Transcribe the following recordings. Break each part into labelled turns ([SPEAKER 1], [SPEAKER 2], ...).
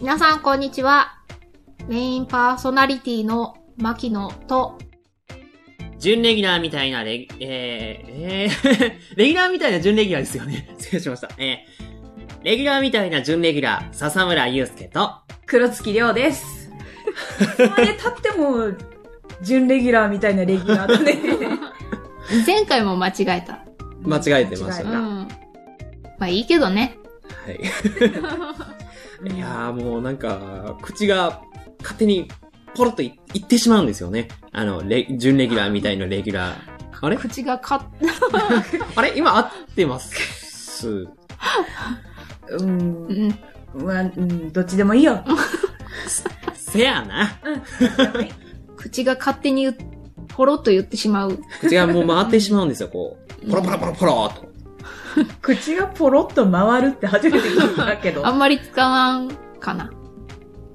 [SPEAKER 1] 皆さん、こんにちは。メインパーソナリティの牧野と、
[SPEAKER 2] 準レギュラーみたいなレギ、えー、えー レギュラーみたいな準レギュラーですよね。 失礼しました。えー、レギュラーみたいな準レギュラー、笹村祐介と、
[SPEAKER 3] 黒月亮です。いつまで経っても、準レギュラーみたいなレギュラーだね。
[SPEAKER 1] 前回も間違えた。
[SPEAKER 2] 間違えてました
[SPEAKER 1] うん。
[SPEAKER 2] ね
[SPEAKER 1] まあいいけどね。
[SPEAKER 2] はい。
[SPEAKER 3] 間違えた
[SPEAKER 2] いやーもうなんか、口が勝手にポロッといいってしまうんですよね。あの、レ準レギュラーみたいなレギュ ラー。あれ
[SPEAKER 1] 口がかっ、
[SPEAKER 2] あれ今合って ます。
[SPEAKER 3] う。
[SPEAKER 1] うんん。
[SPEAKER 3] まあ、うん、どっちでもいいよ。
[SPEAKER 2] せやな。
[SPEAKER 1] 口が勝手にポロッと言ってしまう。
[SPEAKER 2] 口がもう回ってしまうんですよ、こう。ポロポロポロポロっと。
[SPEAKER 3] 口がポロッと回るって初めて聞いたけど
[SPEAKER 1] あ。んまり使わんかな。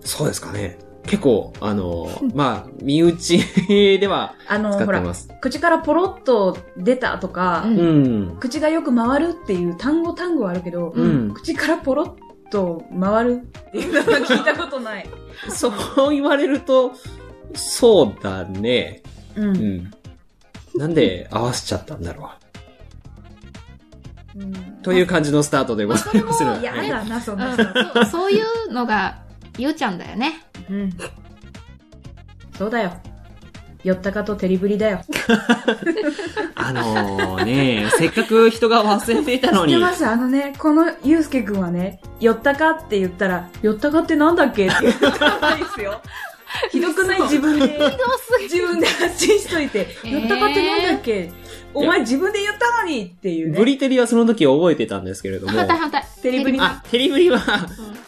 [SPEAKER 2] そうですかね。結構、あのー、まあ、身内では
[SPEAKER 3] あの、
[SPEAKER 2] 使っ
[SPEAKER 3] ほ
[SPEAKER 2] て
[SPEAKER 3] ら
[SPEAKER 2] ま、す。
[SPEAKER 3] 口からポロッと出たとか、
[SPEAKER 1] うん
[SPEAKER 2] うん。
[SPEAKER 3] 口がよく回るっていう単語単語はあるけど、
[SPEAKER 2] うん。
[SPEAKER 3] 口からポロッと回るっていうのは聞いたことない。
[SPEAKER 2] そう言われると、そうだね。
[SPEAKER 3] う。
[SPEAKER 2] うんん。なんで合わせちゃったんだろう。
[SPEAKER 3] うん
[SPEAKER 2] という感じのスタートでございます。
[SPEAKER 1] あそれも
[SPEAKER 3] や
[SPEAKER 2] はい
[SPEAKER 3] だな、そん
[SPEAKER 1] う
[SPEAKER 3] なん人。
[SPEAKER 1] そうそういうのが、ゆうちゃんだよね。
[SPEAKER 3] うん。そうだよ。寄ったかとテリブリだよ。
[SPEAKER 2] あのー、ねせっかく人が忘れていたの
[SPEAKER 3] 知っ
[SPEAKER 2] に
[SPEAKER 3] て、ますあのね、このゆうすけくんはね、寄ったかって言ったら、寄ったかってなんだっけって言ったらいいで すよ。ひどくない自分で、
[SPEAKER 1] どうす
[SPEAKER 3] 自分で発信しといて、
[SPEAKER 1] えー
[SPEAKER 3] 寄ったかってなんだっけお前自分で言ったのにっていう
[SPEAKER 2] ブ
[SPEAKER 3] ね。
[SPEAKER 2] リテリはその時覚えてたんですけれども、
[SPEAKER 1] 反対反対。
[SPEAKER 3] テレビに
[SPEAKER 1] うん
[SPEAKER 2] あ、テリブリは、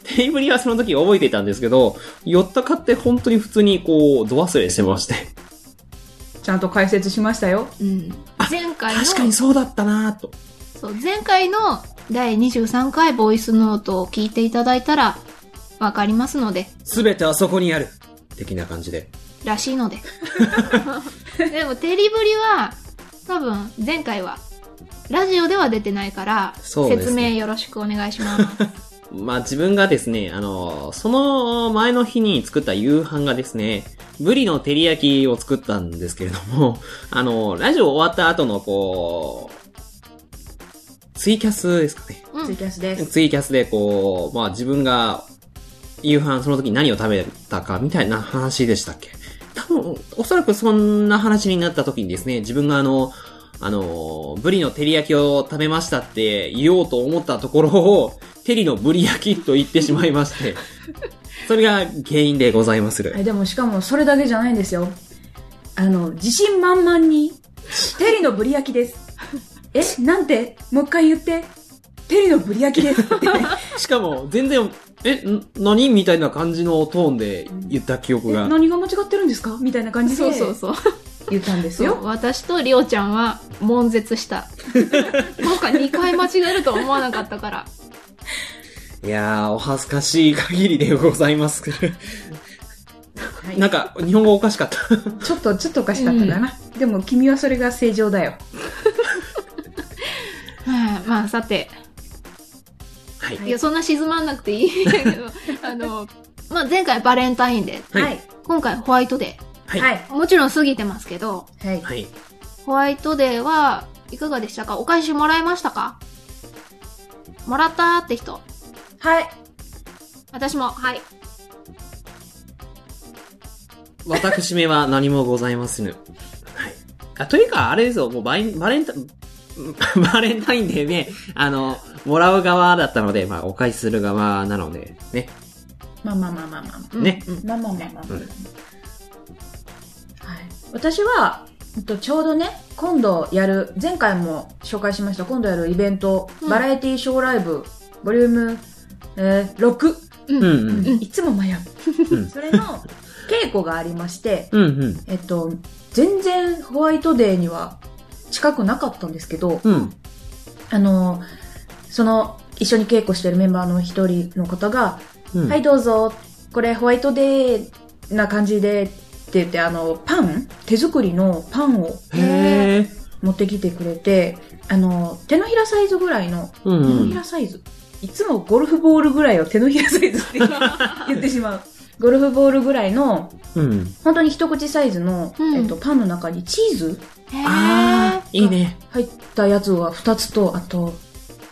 [SPEAKER 2] テリブリはその時覚えてたんですけど、寄ったかって本当に普通にこう、ド忘れしてまして。
[SPEAKER 3] ちゃんと解説しましたよ。
[SPEAKER 1] うん。前回の、
[SPEAKER 2] 確かにそうだったなぁと。
[SPEAKER 1] そう、前回の第23回ボイスノートを聞いていただいたら、わかりますので、
[SPEAKER 2] すべてはそこにある。的な感じで。
[SPEAKER 1] らしいので。 でも、テリブリは、多分、前回は、ラジオでは出てないから、
[SPEAKER 2] そうですね
[SPEAKER 1] 説明よろしくお願いし ます。
[SPEAKER 2] まあ自分がですね、あの、その前の日に作った夕飯がですね、ブリの照り焼きを作ったんですけれども、あの、ラジオ終わった後のこう、ツイキャスですかね。
[SPEAKER 1] うん
[SPEAKER 3] ツイキャスです。
[SPEAKER 2] ツイキャスでこう、まあ自分が夕飯その時何を食べたかみたいな話でしたっけ多分、おそらくそんな話になった時にですね、自分があの、あの、ブリの照り焼きを食べましたって言おうと思ったところを、照りのブリ焼きと言ってしまいまして、 それが原因でございまする。
[SPEAKER 3] えでもしかもそれだけじゃないんですよ。あの、自信満々に、テリのぶり焼きです。え、なんてもう一回言って。テリのぶり焼きですって。
[SPEAKER 2] しかも、全然、え、ん何みたいな感じのトーンで言った記憶
[SPEAKER 3] え
[SPEAKER 2] が。
[SPEAKER 3] 何が間違ってるんですかみたいな感じ
[SPEAKER 1] そ
[SPEAKER 3] で
[SPEAKER 1] うそうそう。
[SPEAKER 3] 言ったんです
[SPEAKER 1] そう
[SPEAKER 3] よ。
[SPEAKER 1] 私とりょうちゃんは、悶絶した。 なんか2回間違えるとは思わなかったから。
[SPEAKER 2] いやー、お恥ずかしい限りでございます。
[SPEAKER 3] はい
[SPEAKER 2] なんか、日本語おかしかった。
[SPEAKER 3] ちょっと、ちょっとおかしかったかな。でも君はそれが正常だよ。
[SPEAKER 1] はいまあ、さて、
[SPEAKER 2] はい。
[SPEAKER 1] いや、そんな静まんなくていいんだけど、あの、まあ、前回バレンタインデー、
[SPEAKER 2] はい
[SPEAKER 3] はい。
[SPEAKER 1] 今回ホワイトデ
[SPEAKER 2] はい。
[SPEAKER 3] は
[SPEAKER 2] はい。
[SPEAKER 3] い。
[SPEAKER 1] ー。もちろん過ぎてますけど、
[SPEAKER 3] はい。
[SPEAKER 1] ホワイトデーはいかがでしたかお返しもらいましたかもらったーって人。
[SPEAKER 3] はい。
[SPEAKER 1] 私も、はい。
[SPEAKER 2] 私めは何もございませぬ。はい。あというか、あれですよ、もうバインバレンタ、 バレンタインデーね、あの、もらう側だったので、まあ、お返しする側なので、ね。
[SPEAKER 3] まあまあまあまあまあ。
[SPEAKER 1] うん
[SPEAKER 2] ね
[SPEAKER 1] うん
[SPEAKER 3] まあまあまあまあまあ
[SPEAKER 2] うん
[SPEAKER 3] はい。私は、うんとちょうどね、今度やる、前回も紹介しました、今度やるイベント、
[SPEAKER 1] うん
[SPEAKER 3] バラエティショーライブ、ボリューム、えー6、
[SPEAKER 2] うんうん。
[SPEAKER 3] いつも迷う。
[SPEAKER 2] うん
[SPEAKER 3] それの稽古がありまして、
[SPEAKER 2] うんうん。
[SPEAKER 3] えっと、全然ホワイトデーには近くなかったんですけど、
[SPEAKER 2] うん。
[SPEAKER 3] あの、その、一緒に稽古してるメンバーの一人の方が、
[SPEAKER 2] うん。
[SPEAKER 3] はい、どうぞ。これホワイトデーな感じで、って言って、あの、パン手作りのパンを
[SPEAKER 2] へー。
[SPEAKER 3] 持ってきてくれて、あの、手のひらサイズぐらいの、
[SPEAKER 2] う
[SPEAKER 3] 手の
[SPEAKER 2] ん
[SPEAKER 3] ひ。らサイズ、いつもゴルフボールぐらいを手のひらサイズって 言ってしまう。ゴルフボールぐらいの、
[SPEAKER 2] うん。
[SPEAKER 3] 本当に一口サイズの、
[SPEAKER 1] うん
[SPEAKER 3] えっと、パンの中にチーズ
[SPEAKER 1] へー
[SPEAKER 2] ああ、いいね。
[SPEAKER 3] 入ったやつが2つと、あと、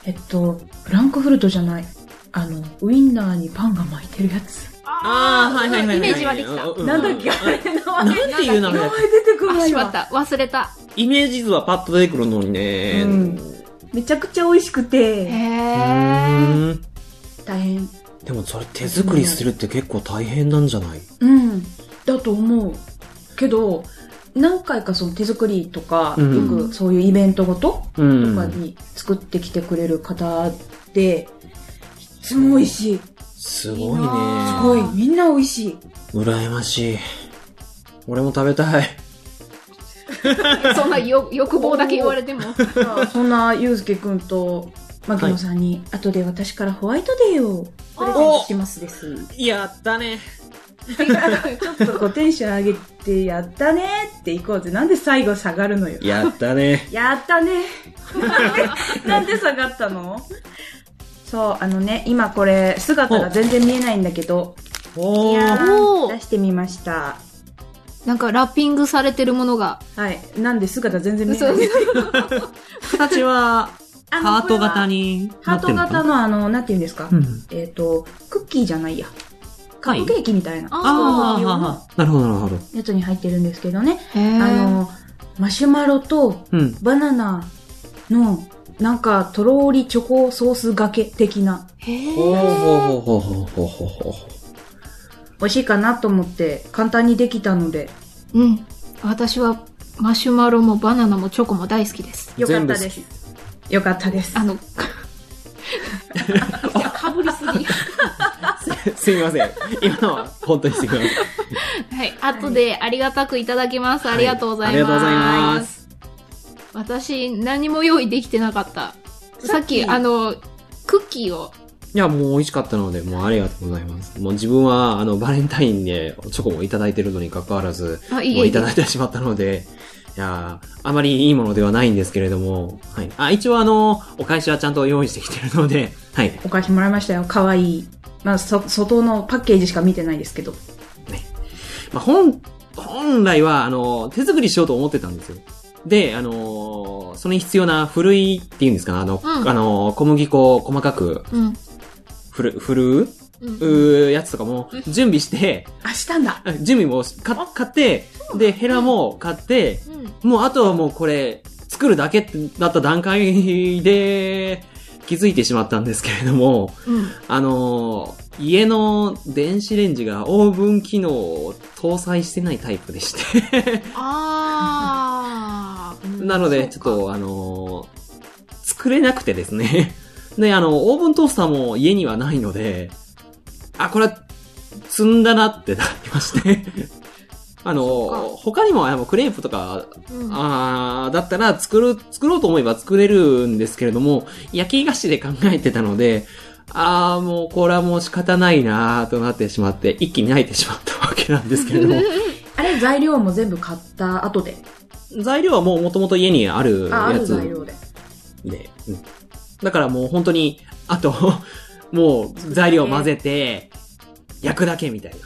[SPEAKER 3] えっと、フランクフルトじゃない。あの、ウインナーにパンが巻いてるやつ。
[SPEAKER 2] ああ、はいはいはいはい。
[SPEAKER 1] イメージはできた。
[SPEAKER 2] うう
[SPEAKER 3] なんだっけあれ、名前。
[SPEAKER 2] なんていう名
[SPEAKER 3] 名
[SPEAKER 2] 前だっ
[SPEAKER 3] 前
[SPEAKER 2] け
[SPEAKER 3] 出てこ
[SPEAKER 1] あ、
[SPEAKER 3] な
[SPEAKER 1] し
[SPEAKER 3] い
[SPEAKER 1] まっ
[SPEAKER 3] わ。
[SPEAKER 1] た。忘れた。
[SPEAKER 2] イメージ図はパッと出てくるのにね。
[SPEAKER 3] うんめちゃくちゃ美味しく
[SPEAKER 1] へ
[SPEAKER 3] て、
[SPEAKER 2] う
[SPEAKER 1] え。
[SPEAKER 2] ーん
[SPEAKER 3] 大変。
[SPEAKER 2] でもそれ手作りするって結構大変なんじゃない
[SPEAKER 3] うん。だと思う。けど、何回かその手作りとか、
[SPEAKER 2] うん
[SPEAKER 3] よくそういうイベントごと
[SPEAKER 2] う
[SPEAKER 3] とか
[SPEAKER 2] ん。
[SPEAKER 3] に作ってきてくれる方で、いつも美味しい。す
[SPEAKER 2] すごい
[SPEAKER 1] いい
[SPEAKER 2] ね。
[SPEAKER 1] な
[SPEAKER 3] ごい。みんな美味しい。
[SPEAKER 2] 羨ましい。俺も食べたい。
[SPEAKER 1] そんなよ欲望だけ言われても。
[SPEAKER 3] まあそんなゆうすけくんと牧野さんに、後で私からホワイトデーをプレゼントしますです。
[SPEAKER 2] やったね。
[SPEAKER 3] ちょっとこうテンション上げて、やったねって行こうぜ。なんで最後下がるのよ。
[SPEAKER 2] やったね。
[SPEAKER 3] やったね。なんで下がったのそう、あのね、今これ姿が全然見えないんだけど、
[SPEAKER 2] お
[SPEAKER 3] いや
[SPEAKER 2] ー。
[SPEAKER 1] お
[SPEAKER 3] ー
[SPEAKER 1] ー
[SPEAKER 3] 出してみました。
[SPEAKER 1] なんかラッピングされてるものが。
[SPEAKER 3] はい。なんで姿全然見えな
[SPEAKER 1] そ
[SPEAKER 3] い
[SPEAKER 1] う
[SPEAKER 3] んです
[SPEAKER 2] 形は、
[SPEAKER 3] あの
[SPEAKER 2] ハート型。に
[SPEAKER 3] これ
[SPEAKER 2] な
[SPEAKER 3] はハー
[SPEAKER 2] ってる
[SPEAKER 3] ト
[SPEAKER 2] の
[SPEAKER 3] 型
[SPEAKER 2] かな。
[SPEAKER 3] のあの、なんて言うんですか。
[SPEAKER 2] うん。
[SPEAKER 3] えっ、と、クッキーじゃないや。カ
[SPEAKER 2] はい
[SPEAKER 3] ップケーキみたいな。
[SPEAKER 1] あ
[SPEAKER 2] あーはーはーなるほど、なるほど。
[SPEAKER 3] やつに入ってるんですけどね。
[SPEAKER 1] へえ。
[SPEAKER 3] あの、マシュマロと
[SPEAKER 2] うん。
[SPEAKER 3] バナナの、なんか、とろーりチョコソースがけ的な。
[SPEAKER 1] へ
[SPEAKER 2] ほう
[SPEAKER 1] え。
[SPEAKER 2] ほうほうほうほうほうほうほ
[SPEAKER 3] 美味しいかなと思って、簡単にできたので、
[SPEAKER 1] うん。私はマシュマロもバナナもチョコも大好きです。
[SPEAKER 2] う。
[SPEAKER 3] よか
[SPEAKER 2] 全
[SPEAKER 3] っ
[SPEAKER 2] 部
[SPEAKER 3] た
[SPEAKER 2] 好
[SPEAKER 3] で
[SPEAKER 2] き
[SPEAKER 3] す。よかったです
[SPEAKER 1] あ。の、かぶりすぎ。
[SPEAKER 2] す みません。今のは本当にすみません。
[SPEAKER 1] はい。後でありがたくいただきます。ありがとうございます。
[SPEAKER 2] ありがとうございます。
[SPEAKER 1] 私、何も用意できてなかった。さ
[SPEAKER 3] さ
[SPEAKER 1] っ
[SPEAKER 3] っ
[SPEAKER 1] き、
[SPEAKER 3] き
[SPEAKER 1] あの、クッキーを。
[SPEAKER 2] いや、もう美味しかったので、もうありがとうございます。もう自分は、あの、バレンタインでチョコもいただいてるのに関わらず、
[SPEAKER 1] あ、いい
[SPEAKER 2] も
[SPEAKER 1] え
[SPEAKER 2] う
[SPEAKER 1] いい
[SPEAKER 2] いた
[SPEAKER 1] え
[SPEAKER 2] だいてしまったので、いやーあまりいいものではないんですけれども、はい。あ、一応あの、お返しはちゃんと用意してきてるので、はい。
[SPEAKER 3] お菓子もらいましたよ。かわいい。まあ、そ、外のパッケージしか見てないですけど。
[SPEAKER 2] まあ、本、本来は、あの、手作りしようと思ってたんですよ。で、あのーそれに必要なふるいっていうんですか、あの、
[SPEAKER 1] うん
[SPEAKER 2] あのー小麦粉を細かく
[SPEAKER 1] うん。
[SPEAKER 2] ふる、ふる
[SPEAKER 1] うん。
[SPEAKER 2] うやつとかも準備して、
[SPEAKER 3] あ、したんだ。
[SPEAKER 2] あ準備もしか買って、で、ヘラも買って、
[SPEAKER 1] うん
[SPEAKER 2] もうあとはもうこれ、作るだけってなった段階で、気づいてしまったんですけれども、
[SPEAKER 1] うん。
[SPEAKER 2] あのー家の電子レンジがオーブン機能を搭載してないタイプでして。
[SPEAKER 1] あー。うん
[SPEAKER 2] なので、ちょっ。と、あのー作れなくてですね。 で、あの、オーブントースターも家にはないので、あ、これは、積んだなってなりまして。 あの
[SPEAKER 1] そっか
[SPEAKER 2] ー、他にも、あの、クレープとか、
[SPEAKER 1] そうか
[SPEAKER 2] あーだったら作る、作ろうと思えば作れるんですけれども、焼き菓子で考えてたので、ああ、もうこれはもう仕方ないなーとなってしまって、一気に泣いてしまったわけなんですけれど も、
[SPEAKER 3] あれ、材料も全部買った後で。
[SPEAKER 2] 材料はもう元々家にある
[SPEAKER 3] あ、あ
[SPEAKER 2] や
[SPEAKER 3] る
[SPEAKER 2] つ
[SPEAKER 3] 材料で。
[SPEAKER 2] で、うんだからもう本当に、あと、 もう材料混ぜて、焼くだけみたいな。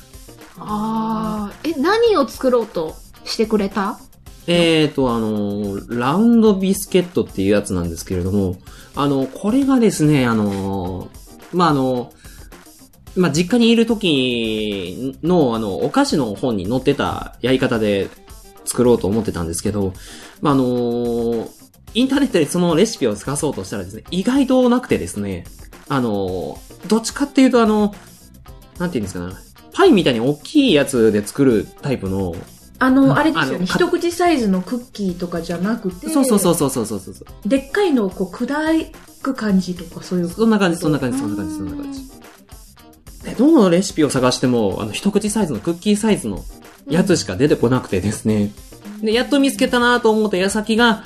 [SPEAKER 1] あー。え、何を作ろうとしてくれた
[SPEAKER 2] えーと、あのー、ラウンドビスケットっていうやつなんですけれども、あの、これがですね、あのー、まあ、あの、まあ、実家にいる時の、あの、お菓子の本に載ってたやり方で作ろうと思ってたんですけど、まあ、あのー、インターネットでそのレシピを探そうとしたらですね、意外となくてですね、あのー、どっちかっていうとあの、なんて言うんですかね、パイみたいに大きいやつで作るタイプの
[SPEAKER 3] あ
[SPEAKER 2] うん
[SPEAKER 3] の、あれです
[SPEAKER 2] あ
[SPEAKER 3] よ
[SPEAKER 2] の
[SPEAKER 3] ね。
[SPEAKER 2] か
[SPEAKER 3] 一口サイズのクッキーとかじゃなくて。
[SPEAKER 2] そうそうそうそうそうそうそうそう。
[SPEAKER 3] う。でっかいのをこう砕く感じとか、そういう。
[SPEAKER 2] そんな感じ、そんな感じ、そんな感じ、そんな感じ。で、どのレシピを探しても、あの、一口サイズのクッキーサイズのやつしか出てこなくてですね。で、やっと見つけたなと思った矢先が、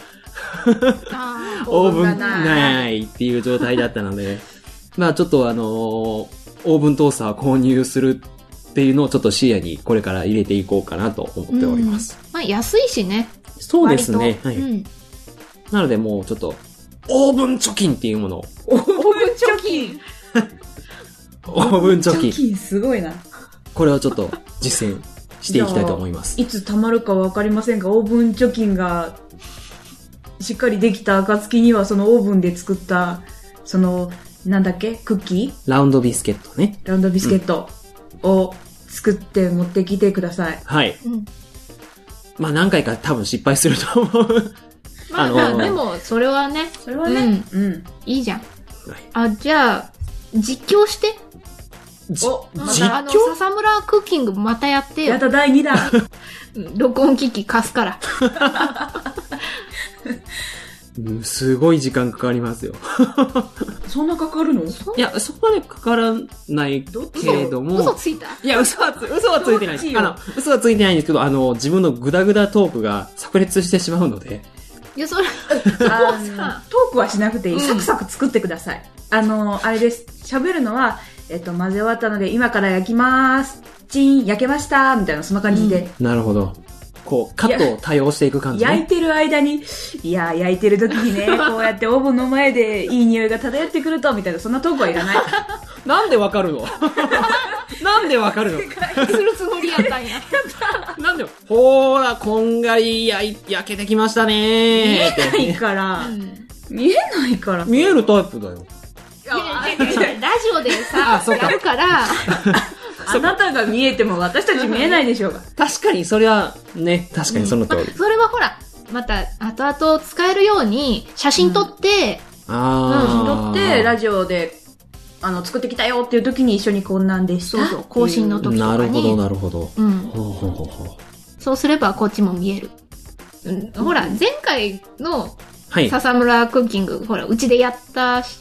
[SPEAKER 1] あ
[SPEAKER 2] オーブ
[SPEAKER 3] が
[SPEAKER 2] ンないっていう状態だったので、 まあちょっとあのーオーブントースター購入するっていうのをちょっと視野にこれから入れていこうかなと思っております。
[SPEAKER 1] ーまあ、安いしね。
[SPEAKER 2] そうですね。は
[SPEAKER 1] 割
[SPEAKER 2] い。
[SPEAKER 1] とうん。
[SPEAKER 2] なのでもうちょっと、オーブン貯金っていうものを
[SPEAKER 3] オーブン貯金。
[SPEAKER 2] オーブン貯
[SPEAKER 3] 貯
[SPEAKER 2] 金。
[SPEAKER 3] 金すごいな。
[SPEAKER 2] これをちょっと実践していきたいと思います。
[SPEAKER 3] いつ貯まるかわかりませんが、オーブン貯金がしっかりできた暁には、そのオーブンで作った、その、なんだっけクッキ
[SPEAKER 2] ラウンドビスケットね。
[SPEAKER 3] ーラウンドビスケットを作って持ってきてください。
[SPEAKER 2] はい。
[SPEAKER 1] うん
[SPEAKER 2] まあ何回か多分失敗すると思う。
[SPEAKER 1] ま
[SPEAKER 2] あ
[SPEAKER 1] あ
[SPEAKER 2] のー
[SPEAKER 1] まあ、でも、それはね、
[SPEAKER 3] それはね、うん。
[SPEAKER 1] いいじゃん。
[SPEAKER 2] はい
[SPEAKER 1] あ、じゃあ、実況して。
[SPEAKER 2] じ
[SPEAKER 3] お
[SPEAKER 2] 実
[SPEAKER 1] ま
[SPEAKER 2] 況
[SPEAKER 1] た、あの、笹村クッキングまたやって
[SPEAKER 3] や
[SPEAKER 1] よ。
[SPEAKER 3] った第2弾。
[SPEAKER 1] うん録音機器貸すから。
[SPEAKER 2] うんすごい時間かかりますよ。
[SPEAKER 3] そんなかかるの
[SPEAKER 2] いや、そこまでかからない
[SPEAKER 3] どっち
[SPEAKER 2] けれども。
[SPEAKER 1] 嘘ついた
[SPEAKER 2] いや、嘘はつ、嘘はついてない
[SPEAKER 3] どっち
[SPEAKER 2] です。
[SPEAKER 3] よ
[SPEAKER 2] あの、嘘はついてないんですけど、あの、自分のグダグダトークが炸裂してしまうので、
[SPEAKER 1] いや、それ、
[SPEAKER 3] あの
[SPEAKER 1] さ
[SPEAKER 3] トークはしなくていい。
[SPEAKER 1] うん
[SPEAKER 3] サクサク作ってください。あの、あれです。喋るのは、えっと、混ぜ終わったので、今から焼きます。チン、焼けました。みたいな、そんな感じで。
[SPEAKER 2] なるほど。こう、カットを多用していく感じ
[SPEAKER 3] 焼い
[SPEAKER 2] ね。
[SPEAKER 3] てる間に、いや、焼いてる時にね、こうやってオーブンの前でいい匂いが漂ってくると、みたいな、そんなトークはいらない。
[SPEAKER 2] なんでわかるのなんでわかるの
[SPEAKER 1] するつもりやった んや。
[SPEAKER 2] なんでほーら、こんがり焼い焼けてきました
[SPEAKER 3] 見
[SPEAKER 2] ねー
[SPEAKER 3] え
[SPEAKER 2] っ
[SPEAKER 3] な
[SPEAKER 2] て
[SPEAKER 3] いから
[SPEAKER 1] う、ん
[SPEAKER 3] 見えないから。
[SPEAKER 2] 見えるタイプだよ。
[SPEAKER 1] いやいやいやラジオで
[SPEAKER 2] あ
[SPEAKER 1] さ、
[SPEAKER 2] そうか
[SPEAKER 1] やるから、
[SPEAKER 3] あなたが見えても私たち見えないでしょうが。
[SPEAKER 2] 確かに、それはね、確かにその通り。
[SPEAKER 1] それはほら、また、後々使えるように、写真撮って、
[SPEAKER 2] あ
[SPEAKER 3] 拾って、ラ
[SPEAKER 2] ジ
[SPEAKER 3] ジオで、あの、作ってきたよっていう時に一緒にこんなんでした
[SPEAKER 1] そうそう更新の時とかに
[SPEAKER 2] なるほど、なるほど。
[SPEAKER 1] うん。
[SPEAKER 2] ほうほうほうほう。
[SPEAKER 1] そうすればこっちも見える。うん、ほら、前回の
[SPEAKER 2] はい。
[SPEAKER 1] 笹村クッキング、ほら、うちでやったし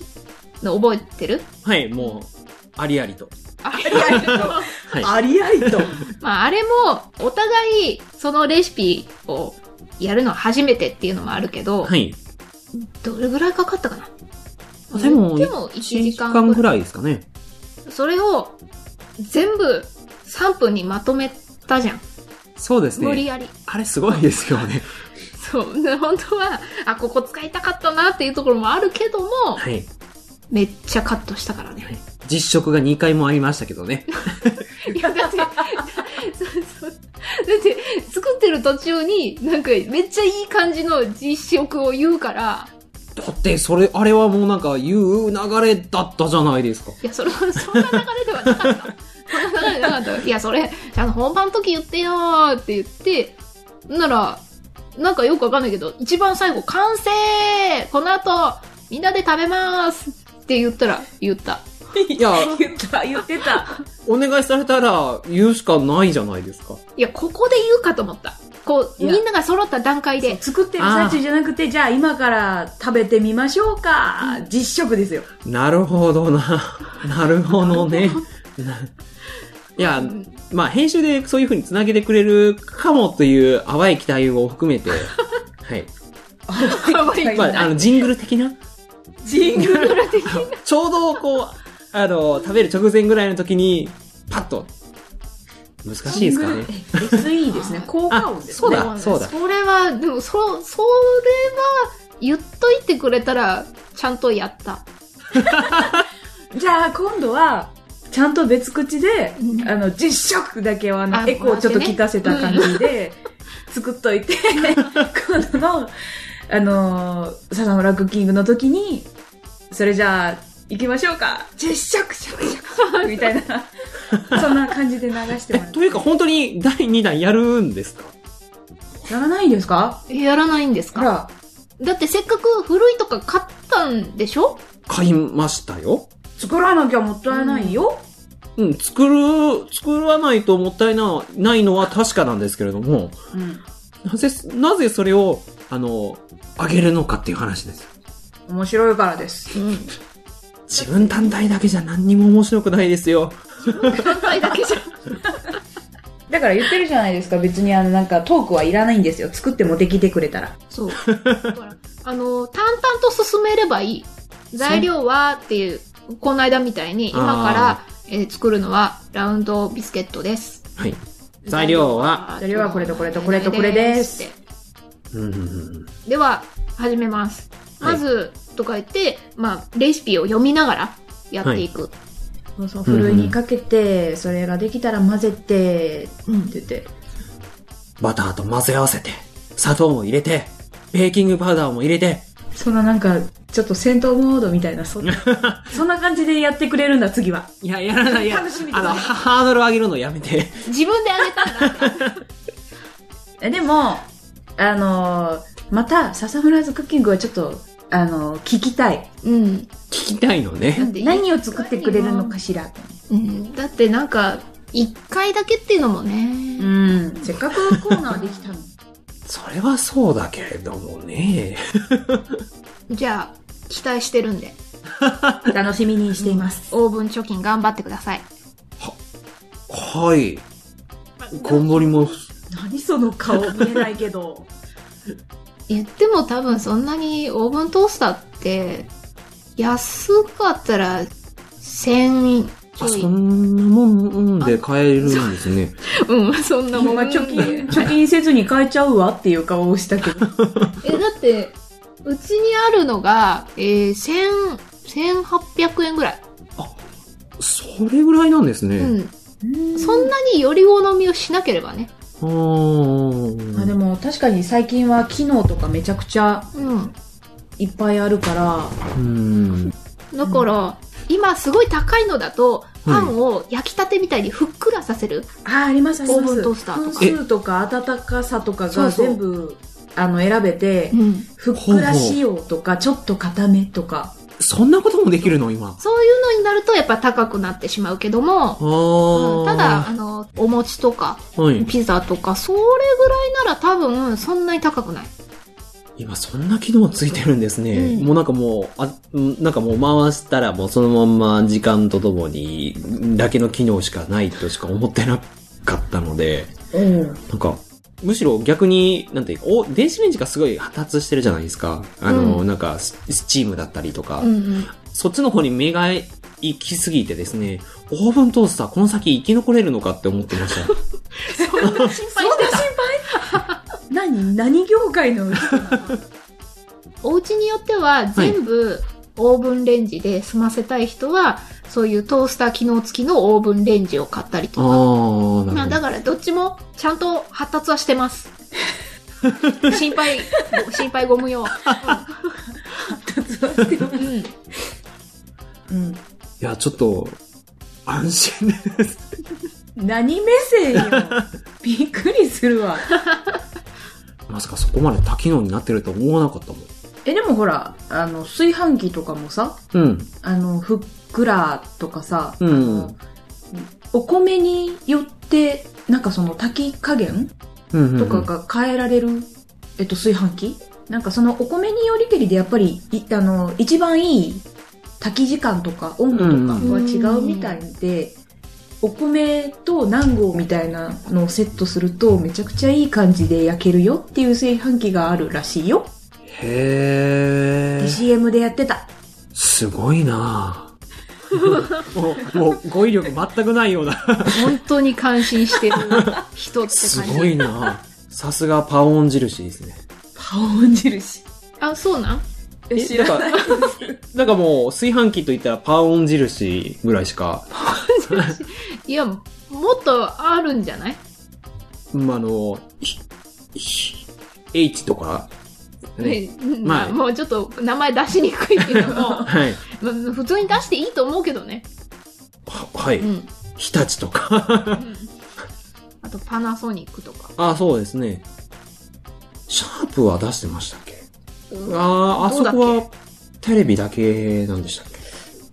[SPEAKER 1] の覚えてる
[SPEAKER 2] はい、もう、ありありと。
[SPEAKER 1] あれ
[SPEAKER 2] はい。
[SPEAKER 3] ありありと。
[SPEAKER 1] まあ、あれも、お互い、そのレシピをやるのは初めてっていうのもあるけど、
[SPEAKER 2] はい。
[SPEAKER 1] どれぐらいかかったかな
[SPEAKER 2] でも
[SPEAKER 1] でも1時間ぐらい
[SPEAKER 2] ぐらいですかね。
[SPEAKER 1] それを、全部3分にまとめたじゃん。
[SPEAKER 2] そうです
[SPEAKER 1] 無理
[SPEAKER 2] ね。
[SPEAKER 1] やり。
[SPEAKER 2] あれすごいですよ ね。
[SPEAKER 1] そう。で本当は、あ、ここ使いたかったなっていうところもあるけども、
[SPEAKER 2] はい。
[SPEAKER 1] めっちゃカットしたからね。
[SPEAKER 2] 実食が2回もありましたけどね。
[SPEAKER 1] いや、 だって、そうそう。だって、作ってる途中に、なんか、めっちゃいい感じの実食を言うから、
[SPEAKER 2] だって、それ、あれはもうなんか、言う流れだったじゃないですか。
[SPEAKER 1] いや、それは、そんな流れではなかった。そんな流れではなかった。いや、それ、あの、本番の時言ってよーって言って、なら、なんかよくわかんないけど、一番最後、完成この後、みんなで食べますって言ったら、言った。
[SPEAKER 2] いや、
[SPEAKER 3] 言った、言ってた。
[SPEAKER 2] お願いされたら、言うしかないじゃないですか。
[SPEAKER 1] いや、ここで言うかと思った。こう、
[SPEAKER 3] いや
[SPEAKER 1] みんなが揃った段階で。
[SPEAKER 3] 作ってる最中じゃなくて、じゃあ今から食べてみましょうか。実食ですよ。
[SPEAKER 2] なるほど な。なるほどね。いや
[SPEAKER 1] う、ん
[SPEAKER 2] まあ、編集でそういう風に繋げてくれるかもという淡い期待を含め て、はい。まあ、あの、ジングル的な
[SPEAKER 3] ジン グル。
[SPEAKER 2] ちょうどこう、あの、食べる直前ぐらいの時に、パッと。難しいですかね。
[SPEAKER 3] え SE ですね。効果音ですね。
[SPEAKER 2] そうだ、そうだ。
[SPEAKER 1] それは、でも、そ、それは、言っといてくれたら、ちゃんとやった。
[SPEAKER 3] じゃあ今度は、ちゃんと別口で
[SPEAKER 1] う、ん
[SPEAKER 3] あの、実食だけはあの、
[SPEAKER 1] あ
[SPEAKER 3] エコーちょっと聞かせた感じで、作っと いて、今度の、あのー、サザンラックッキングの時に、それじゃあ、行きましょうか。実食、食、食、食、みたいな、そんな感じで流して
[SPEAKER 2] え、
[SPEAKER 3] もらって
[SPEAKER 2] というか本当に第2弾やるんですか
[SPEAKER 3] やらないんですか
[SPEAKER 1] やらないんです
[SPEAKER 3] ほ、
[SPEAKER 1] からだってせっかく古いとか買ったんでしょ
[SPEAKER 2] 買いましたよ。
[SPEAKER 3] 作らなきゃもったいないよ。
[SPEAKER 2] うん、作る、作らないともったいな、ないのは確かなんですけれども、
[SPEAKER 3] うん。
[SPEAKER 2] なぜ、なぜそれを、あの、あげるのかっていう話ですよ。
[SPEAKER 3] 面白いからです。
[SPEAKER 1] うん。
[SPEAKER 2] 自分単体だけじゃ何にも面白くないですよ。
[SPEAKER 1] 単体だけじゃ。
[SPEAKER 3] だから言ってるじゃないですか。別にあの、なんかトークはいらないんですよ。作ってもできてくれたら。
[SPEAKER 1] そう。だから、あの、淡々と進めればいい。材料はっていう、この間みたいに、今から、えー作るのは、ラウンドビスケットです。
[SPEAKER 2] はい。材料は
[SPEAKER 3] 材料はこれとこれとこれとこれです
[SPEAKER 1] って
[SPEAKER 2] うんうんうんうん
[SPEAKER 1] では、始めます。
[SPEAKER 2] はい
[SPEAKER 1] まず、と書いて、まあ、レシピを読みながらやっていく。
[SPEAKER 3] そうそう、ふるいにかけて、それができたら混ぜて、うんって言って。
[SPEAKER 2] バターと混ぜ合わせて、砂糖も入れて、ベーキングパウダーも入れて、
[SPEAKER 3] そんななんか、ちょっと戦闘モードみたいな、そそんな感じでやってくれるんだ、次は。
[SPEAKER 2] いや、やらない、や、
[SPEAKER 3] 楽しみ
[SPEAKER 2] あ
[SPEAKER 3] だね
[SPEAKER 2] の、はハードル上げるのやめて。
[SPEAKER 1] 自分であげたんだ。
[SPEAKER 3] えでも、あのーまた、笹村ズクッキングはちょっと、あのー聞きたい。
[SPEAKER 1] うん。
[SPEAKER 2] 聞きたいのね。
[SPEAKER 1] なんで
[SPEAKER 3] 何を作ってくれるのかしら。
[SPEAKER 1] うん、だってなんか、一回だけっていうのも
[SPEAKER 3] う
[SPEAKER 1] ね。
[SPEAKER 3] ん。せっかくコーナーできたの。
[SPEAKER 2] それはそうだけれどもね。
[SPEAKER 1] じゃあ、期待してるんで。
[SPEAKER 3] 楽しみにしています。
[SPEAKER 1] オーブン貯金頑張ってください。
[SPEAKER 2] はい。頑張ります。
[SPEAKER 3] 何その顔見えないけど。
[SPEAKER 1] 言っても多分そんなにオーブントースターって、安かったら1000ち
[SPEAKER 2] あ、そ
[SPEAKER 1] ょい。
[SPEAKER 2] んなもんで買えるんですね。
[SPEAKER 1] うん、そんなもん。
[SPEAKER 3] まあ貯金、貯金せずに変えちゃうわっていう顔をしたけど。
[SPEAKER 1] え、だって、うちにあるのが、えー、1000、1800円ぐらい。
[SPEAKER 2] それぐらいなんです
[SPEAKER 1] う
[SPEAKER 2] ね。
[SPEAKER 1] ん。そんなにより好みをしなければね。
[SPEAKER 2] うーん。
[SPEAKER 3] まあでも確かに最近は機能とかめちゃくちゃ
[SPEAKER 1] うん。
[SPEAKER 3] いっぱいあるから、
[SPEAKER 2] うん。
[SPEAKER 1] だから、今すごい高いのだと、パンを焼きたてみたいにふっくらさせる。
[SPEAKER 3] ああ、ありますあります。
[SPEAKER 1] オーブントースターとか
[SPEAKER 3] 分数とか温かさとか
[SPEAKER 1] そう
[SPEAKER 3] が
[SPEAKER 1] そう
[SPEAKER 3] 全部あの選べて、
[SPEAKER 1] ん。
[SPEAKER 3] ふっくら仕様とか、ちょっと固めとか。
[SPEAKER 2] そんなこともできるの、今。
[SPEAKER 1] そういうのになるとやっぱ高くなってしまうけども、
[SPEAKER 2] あー
[SPEAKER 1] うんただ、あの、お餅とか、
[SPEAKER 2] はい。
[SPEAKER 1] ピザとか、それぐらいなら多分、そんなに高くない。
[SPEAKER 2] 今そんな機能ついてるんですね。
[SPEAKER 1] うん
[SPEAKER 2] もうなんかもう、あ、うんなんかもう回したらもうそのまんま時間とともに、だけの機能しかないとしか思ってなかったので、
[SPEAKER 3] うん。
[SPEAKER 2] なんか、むしろ逆に、なんていうか、お、電子レンジがすごい発達してるじゃないですか。あの、
[SPEAKER 1] う
[SPEAKER 2] なんかス、スチームだったりとか、
[SPEAKER 1] うん
[SPEAKER 2] そっちの方に目が行きすぎてですね、オーブントースターこの先生き残れるのかって思ってました。
[SPEAKER 1] 心
[SPEAKER 3] そんな心 配何何業界の人なの
[SPEAKER 1] お家によっては、全部、オーブンレンジで済ませたい人は、そういうトースター機能付きのオーブンレンジを買ったりと
[SPEAKER 2] あ
[SPEAKER 1] か。
[SPEAKER 2] ー、
[SPEAKER 1] ま
[SPEAKER 2] な
[SPEAKER 1] あ、
[SPEAKER 2] る
[SPEAKER 1] だからどっちも、ちゃんと発達はしてます。 心配、ご心配ご無用。うん。
[SPEAKER 3] うん。
[SPEAKER 2] ほど。いや、ちょっと、安心 です。
[SPEAKER 3] 何目線よ。びっくりするわ。
[SPEAKER 2] まさかそこまで多機能になってると思わなかったもん。
[SPEAKER 3] え、でもほら、あの、炊飯器とかもさ、
[SPEAKER 2] うん。
[SPEAKER 3] あの、ふっくらとかさ、
[SPEAKER 2] うん
[SPEAKER 3] あのお米によって、なんかその炊き加減
[SPEAKER 2] うん、
[SPEAKER 3] とかが変えられる、えっと、炊飯器なんかそのお米によりけりでやっぱり、いあの、一番いい炊き時間とか温度とかは違うみたいで、お米と南郷みたいなのをセットするとめちゃくちゃいい感じで焼けるよっていう炊飯器があるらしいよ。
[SPEAKER 2] へー。
[SPEAKER 3] CM でやってた。
[SPEAKER 2] すごいなぁもう、 もう、語彙力全くないような。
[SPEAKER 1] 本当に感心してる人って
[SPEAKER 2] す
[SPEAKER 1] 感じ。
[SPEAKER 2] ごいなぁさすがパオン印ですね。
[SPEAKER 3] パオン印。
[SPEAKER 1] あ、そうなん
[SPEAKER 2] え
[SPEAKER 3] 知らない
[SPEAKER 2] なんか、なんかもう、炊飯器といったらパオン印ぐらいしか、
[SPEAKER 1] いや、もっとあるんじゃない
[SPEAKER 2] まあ、あの、ひひ H とか、ね。
[SPEAKER 1] うん
[SPEAKER 2] まあ
[SPEAKER 1] まあ、もうちょっと名前出しにくいけども、 まあ
[SPEAKER 2] はい。
[SPEAKER 1] 普通に出していいと思うけどね。
[SPEAKER 2] はは
[SPEAKER 1] う
[SPEAKER 2] い。
[SPEAKER 1] ん。
[SPEAKER 2] 日立とか。
[SPEAKER 1] あと、パナソニックとか。
[SPEAKER 2] あ、そうですね。シャープは出してましたっけ
[SPEAKER 1] うん
[SPEAKER 2] ああ、あ
[SPEAKER 1] どう
[SPEAKER 2] そ
[SPEAKER 1] だっけ
[SPEAKER 2] こはテレビだけなんでしたっけ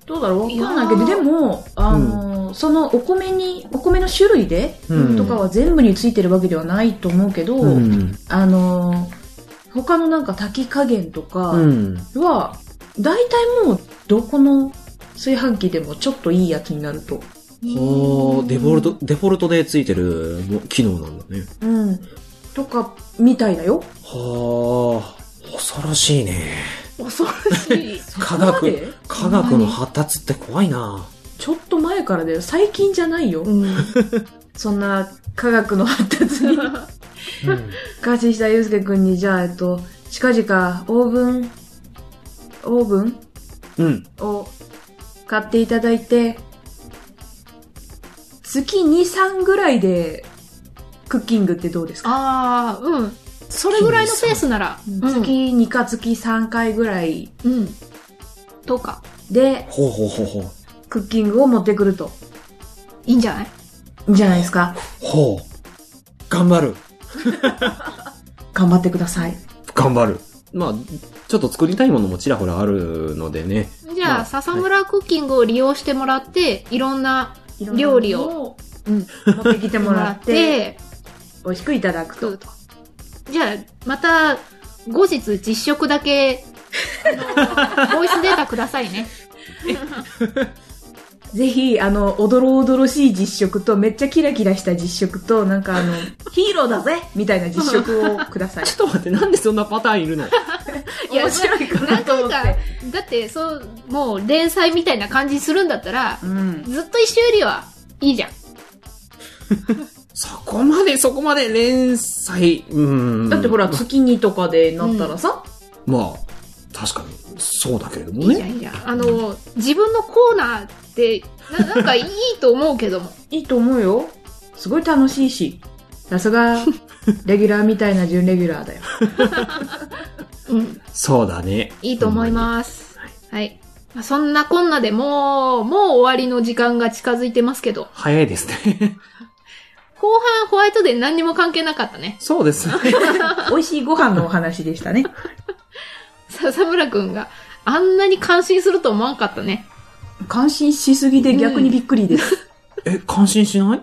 [SPEAKER 3] どうだろうわかんないけど、
[SPEAKER 1] いや
[SPEAKER 3] で
[SPEAKER 1] ー
[SPEAKER 3] も、あのーそのお米に、お米の種類で、
[SPEAKER 2] うん
[SPEAKER 3] とかは全部についてるわけではないと思うけど、
[SPEAKER 2] うん。
[SPEAKER 3] あのー他のなんか炊き加減とか
[SPEAKER 2] うん。
[SPEAKER 3] は、大体もう、どこの炊飯器でもちょっといいやつになると。
[SPEAKER 2] ほー、デフォルト、デフォルトでついてるも機能なんだね。
[SPEAKER 3] うん。とか、みたいだ よ。
[SPEAKER 2] はー、恐ろしいね。
[SPEAKER 1] 恐ろしい。
[SPEAKER 2] 科
[SPEAKER 3] そこま
[SPEAKER 2] 学、
[SPEAKER 3] で
[SPEAKER 2] 科学の発達って怖いな
[SPEAKER 3] ちょっと前からだよ。最近じゃないよ。
[SPEAKER 1] うん。
[SPEAKER 3] そんな科学の発達に。
[SPEAKER 2] うん。
[SPEAKER 3] 感心したゆうすけくんに、じゃあ、えっと、近々、オーブン、オーブン
[SPEAKER 2] うん。
[SPEAKER 3] を買っていただいて、月2、3ぐらいでクッキングってどうですか
[SPEAKER 1] ああ、うん。それぐらいのペースなら。
[SPEAKER 3] うん
[SPEAKER 1] うん。
[SPEAKER 3] 月2か月3回ぐらい
[SPEAKER 1] うん。とか、
[SPEAKER 3] で
[SPEAKER 2] ほうほうほうほう。
[SPEAKER 3] クッキングを持ってくると。
[SPEAKER 1] いいんじゃない
[SPEAKER 3] いいんじゃないですか。
[SPEAKER 2] ほう。頑張る。
[SPEAKER 3] 頑張ってください。
[SPEAKER 2] 頑張る。まあ、ちょっと作りたいものもちらほらあるのでね。
[SPEAKER 1] じゃ
[SPEAKER 2] ま
[SPEAKER 1] あ、
[SPEAKER 2] あ
[SPEAKER 1] 笹村クッキングを利用してもらって、いろんな料理を
[SPEAKER 3] うん持ってきて
[SPEAKER 1] も
[SPEAKER 3] も
[SPEAKER 1] ら
[SPEAKER 3] ら
[SPEAKER 1] っ
[SPEAKER 3] って、
[SPEAKER 1] て、
[SPEAKER 3] 美味しくいただく
[SPEAKER 1] 食
[SPEAKER 3] と
[SPEAKER 1] う。と。じゃあ、また、後日実食だけ、あのボイスデータくださいね。
[SPEAKER 3] ぜひ、あの、おどろおどろしい実食と、めっちゃキラキラした実食と、なんかあの、 ヒーローだぜみたいな実食をください
[SPEAKER 2] ちょ。っと待って、なんでそんなパターンいるの
[SPEAKER 3] いや、面白いかな
[SPEAKER 1] 何
[SPEAKER 3] と思
[SPEAKER 1] 回
[SPEAKER 3] っ
[SPEAKER 1] か
[SPEAKER 3] て。、
[SPEAKER 1] だって、そう、もう連載みたいな感じにするんだったら、
[SPEAKER 3] うん。
[SPEAKER 1] ずっと一緒よりはいいじゃん。
[SPEAKER 2] そこまで、そこまで連載。うん。
[SPEAKER 3] だってほら、
[SPEAKER 2] まあ
[SPEAKER 3] 月にとかでなったらさ、
[SPEAKER 2] まあ、確かに、そうだけれども
[SPEAKER 1] いいじゃん、
[SPEAKER 2] ね。
[SPEAKER 1] いいじゃん。あの、自分のコーナーって、ななんかいいと思うけども。
[SPEAKER 3] いいと思うよ。すごい楽しいし。さす が、レギュラーみたいな準レギュラーだよ。
[SPEAKER 1] うん、
[SPEAKER 2] そうだね。
[SPEAKER 1] いいと思います。
[SPEAKER 2] ほんま
[SPEAKER 1] はい。まあそんなこんなでもう、もう終わりの時間が近づいてますけど、
[SPEAKER 2] 早いですね。
[SPEAKER 1] 後半ホワイトデー何にも関係なかったね。
[SPEAKER 2] そう ですね。
[SPEAKER 3] 美味しいご飯のお話でしたね。
[SPEAKER 1] 笹村くんがあんなに感心すると思わんかったね。
[SPEAKER 3] 感心しすぎで逆にびっくりです。
[SPEAKER 2] え、感心しない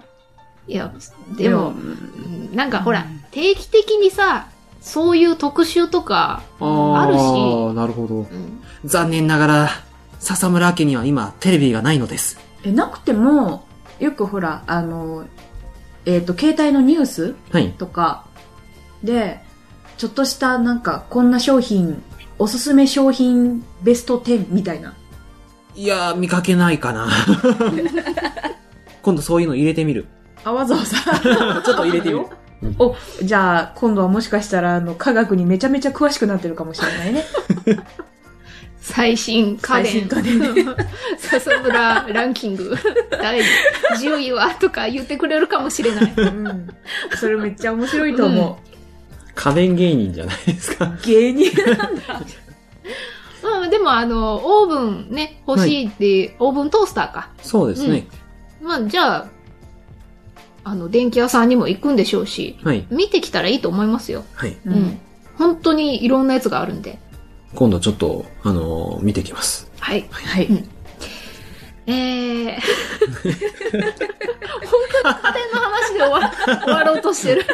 [SPEAKER 1] いや、でも、
[SPEAKER 3] う
[SPEAKER 1] う
[SPEAKER 3] ん
[SPEAKER 1] んなんかほら
[SPEAKER 3] うん、
[SPEAKER 1] 定期的にさ、そういう特集とか、
[SPEAKER 2] ー
[SPEAKER 1] あるし、
[SPEAKER 2] なるほど。
[SPEAKER 1] うん、
[SPEAKER 2] 残念ながら、笹村家には今、テレビがないのです。
[SPEAKER 3] えなくてもよくほらあのえっ、と携帯のニュース
[SPEAKER 2] はい。
[SPEAKER 3] とかでちょっとしたなんかこんな商品おすすめ商品ベスト10みたいない
[SPEAKER 2] やー、見かけないかな。 今度そういうの入れてみる。
[SPEAKER 3] あわざわざ
[SPEAKER 2] ちょっと入れてみる。
[SPEAKER 3] おじゃあ今度はもしかしたらあの科学にめちゃめちゃ詳しくなってるかもしれないね
[SPEAKER 1] 最新家電。
[SPEAKER 3] 最新 家電
[SPEAKER 1] 笹村ランキング、第10位はとか言ってくれるかもしれ ない。
[SPEAKER 3] うんそれめっちゃ面白いと思
[SPEAKER 2] 家電芸人じゃないです
[SPEAKER 3] う、
[SPEAKER 2] か。
[SPEAKER 3] 芸人
[SPEAKER 1] うん、でもあの、オーブンね、欲しいって、オーブントースターか。
[SPEAKER 2] そうですね。
[SPEAKER 1] まあ、じゃあ、あの、電気屋さんにも行くんでしょうし、
[SPEAKER 2] はい。
[SPEAKER 1] 見てきたらいいと思いますよ。
[SPEAKER 2] はい。
[SPEAKER 1] うん。本当にいろんなやつがあるんで。
[SPEAKER 2] 今度ちょっと、あのー見てきます。
[SPEAKER 1] はい。
[SPEAKER 3] はい、
[SPEAKER 1] うんえー、 本当に家電の話で終わ 終わろうとしてる。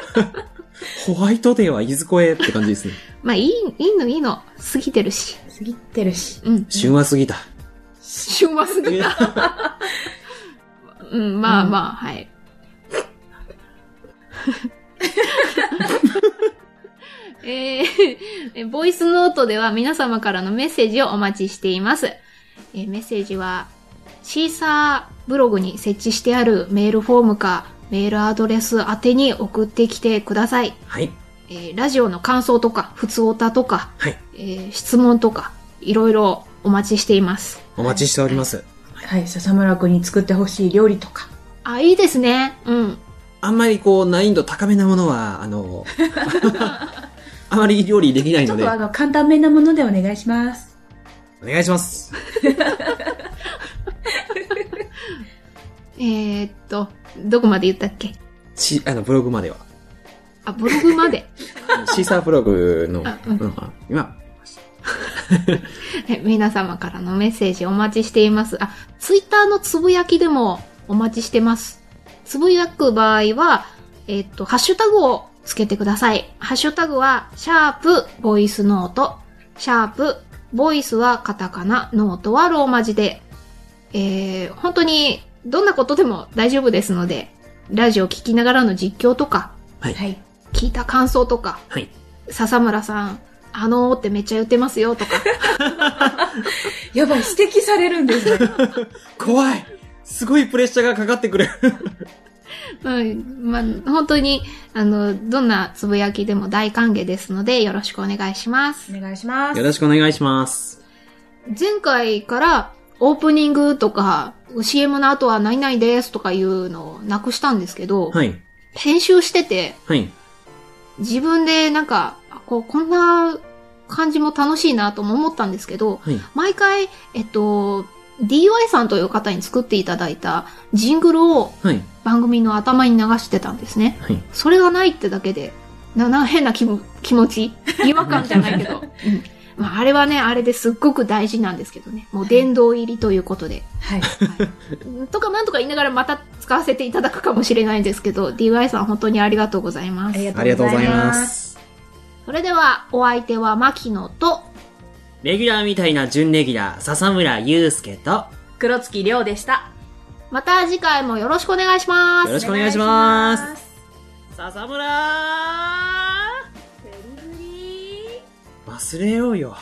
[SPEAKER 2] ホワイトデーはいずこへって感じですね。
[SPEAKER 1] まあ、いい、いいのいいの。過ぎてるし。
[SPEAKER 3] 過ぎてるし
[SPEAKER 1] うん。
[SPEAKER 2] 旬は過ぎた。
[SPEAKER 1] 旬は過ぎた。うん、まあまあ、 はい。えー えボイスノートでは皆様からのメッセージをお待ちしています。えーメッセージは、シーサーブログに設置してあるメールフォームか、メールアドレス宛てに送ってきてください。
[SPEAKER 2] はい。
[SPEAKER 1] えーラジオの感想とか、普通オタとか、
[SPEAKER 2] はい
[SPEAKER 1] えー質問とか、いろいろお待ちしています。
[SPEAKER 2] お待ちしております。
[SPEAKER 3] はい笹村君に作ってほしい料理とか
[SPEAKER 1] あ、いいですね。うん。
[SPEAKER 2] あんまりこう、難易度高めなものは、あ のーあまり料理できない
[SPEAKER 3] ちょ
[SPEAKER 2] の
[SPEAKER 3] っ
[SPEAKER 2] で
[SPEAKER 3] とあ、の簡単めなものでお願いします
[SPEAKER 2] お願いします。
[SPEAKER 1] えー、っと、どこまで言ったっけ
[SPEAKER 2] し、あの、ブログまでは。
[SPEAKER 1] あ、ブログまで。
[SPEAKER 2] シーサーブログの
[SPEAKER 1] あうん、
[SPEAKER 2] うん今、
[SPEAKER 1] え皆様からのメッセージお待ちしています。あ、ツイッターのつぶやきでもお待ちしてます。つぶやく場合は、えーっと、ハッシュタグをつけてください。ハッシュタグは、シャープ、ボイスノート、シャープ、ボイスはカタカナ、ノートはローマ字で、えー、本当にどんなことでも大丈夫ですので、ラジオ聞きながらの実況とか、
[SPEAKER 3] はい
[SPEAKER 1] 聞いた感想とか、
[SPEAKER 2] はい。
[SPEAKER 1] 笹村さん、あのーってめっちゃ言ってますよとか、
[SPEAKER 3] やばい、指摘されるんで すね。
[SPEAKER 2] 怖いすごいプレッシャーがかかってくる。
[SPEAKER 1] うん、まあ、本当に、あの、どんなつぶやきでも大歓迎ですので、よろしくお願いします。
[SPEAKER 3] お願いしま
[SPEAKER 2] よ
[SPEAKER 3] す。
[SPEAKER 2] ろしくお願いします。
[SPEAKER 1] 前回からオープニングとか、CM の後は何々ですとかいうのをなくしたんですけど、
[SPEAKER 2] はい。
[SPEAKER 1] 編集してて、
[SPEAKER 2] はい。
[SPEAKER 1] 自分でなんか、あこう、こんな感じも楽しいなとも思ったんですけど、
[SPEAKER 2] はい。
[SPEAKER 1] 毎回、えっと、DY さんという方に作っていただいたジングルを
[SPEAKER 2] はい。
[SPEAKER 1] 番組の頭に流してたんですね。
[SPEAKER 2] はい。
[SPEAKER 1] それがないってだけで、な、な、変な気も気持 ち違和感じゃないけど。うんまあ、あれはね、あれですっごく大事なんですけどね。もう殿堂入りということで。
[SPEAKER 3] はい。
[SPEAKER 1] はい、 とかなんとか言いながらまた使わせていただくかもしれないんですけど、DY さん本当にありがとうございます。
[SPEAKER 2] ありがとうございます。
[SPEAKER 1] それでは、お相手は牧野と、
[SPEAKER 2] レギュラーみたいな準レギュラー、笹村祐介と、よ
[SPEAKER 3] 黒月亮でした。
[SPEAKER 1] また次回もよろしくお願いします。
[SPEAKER 2] ろしくお願いします。
[SPEAKER 3] す。
[SPEAKER 2] 笹村忘れようよ。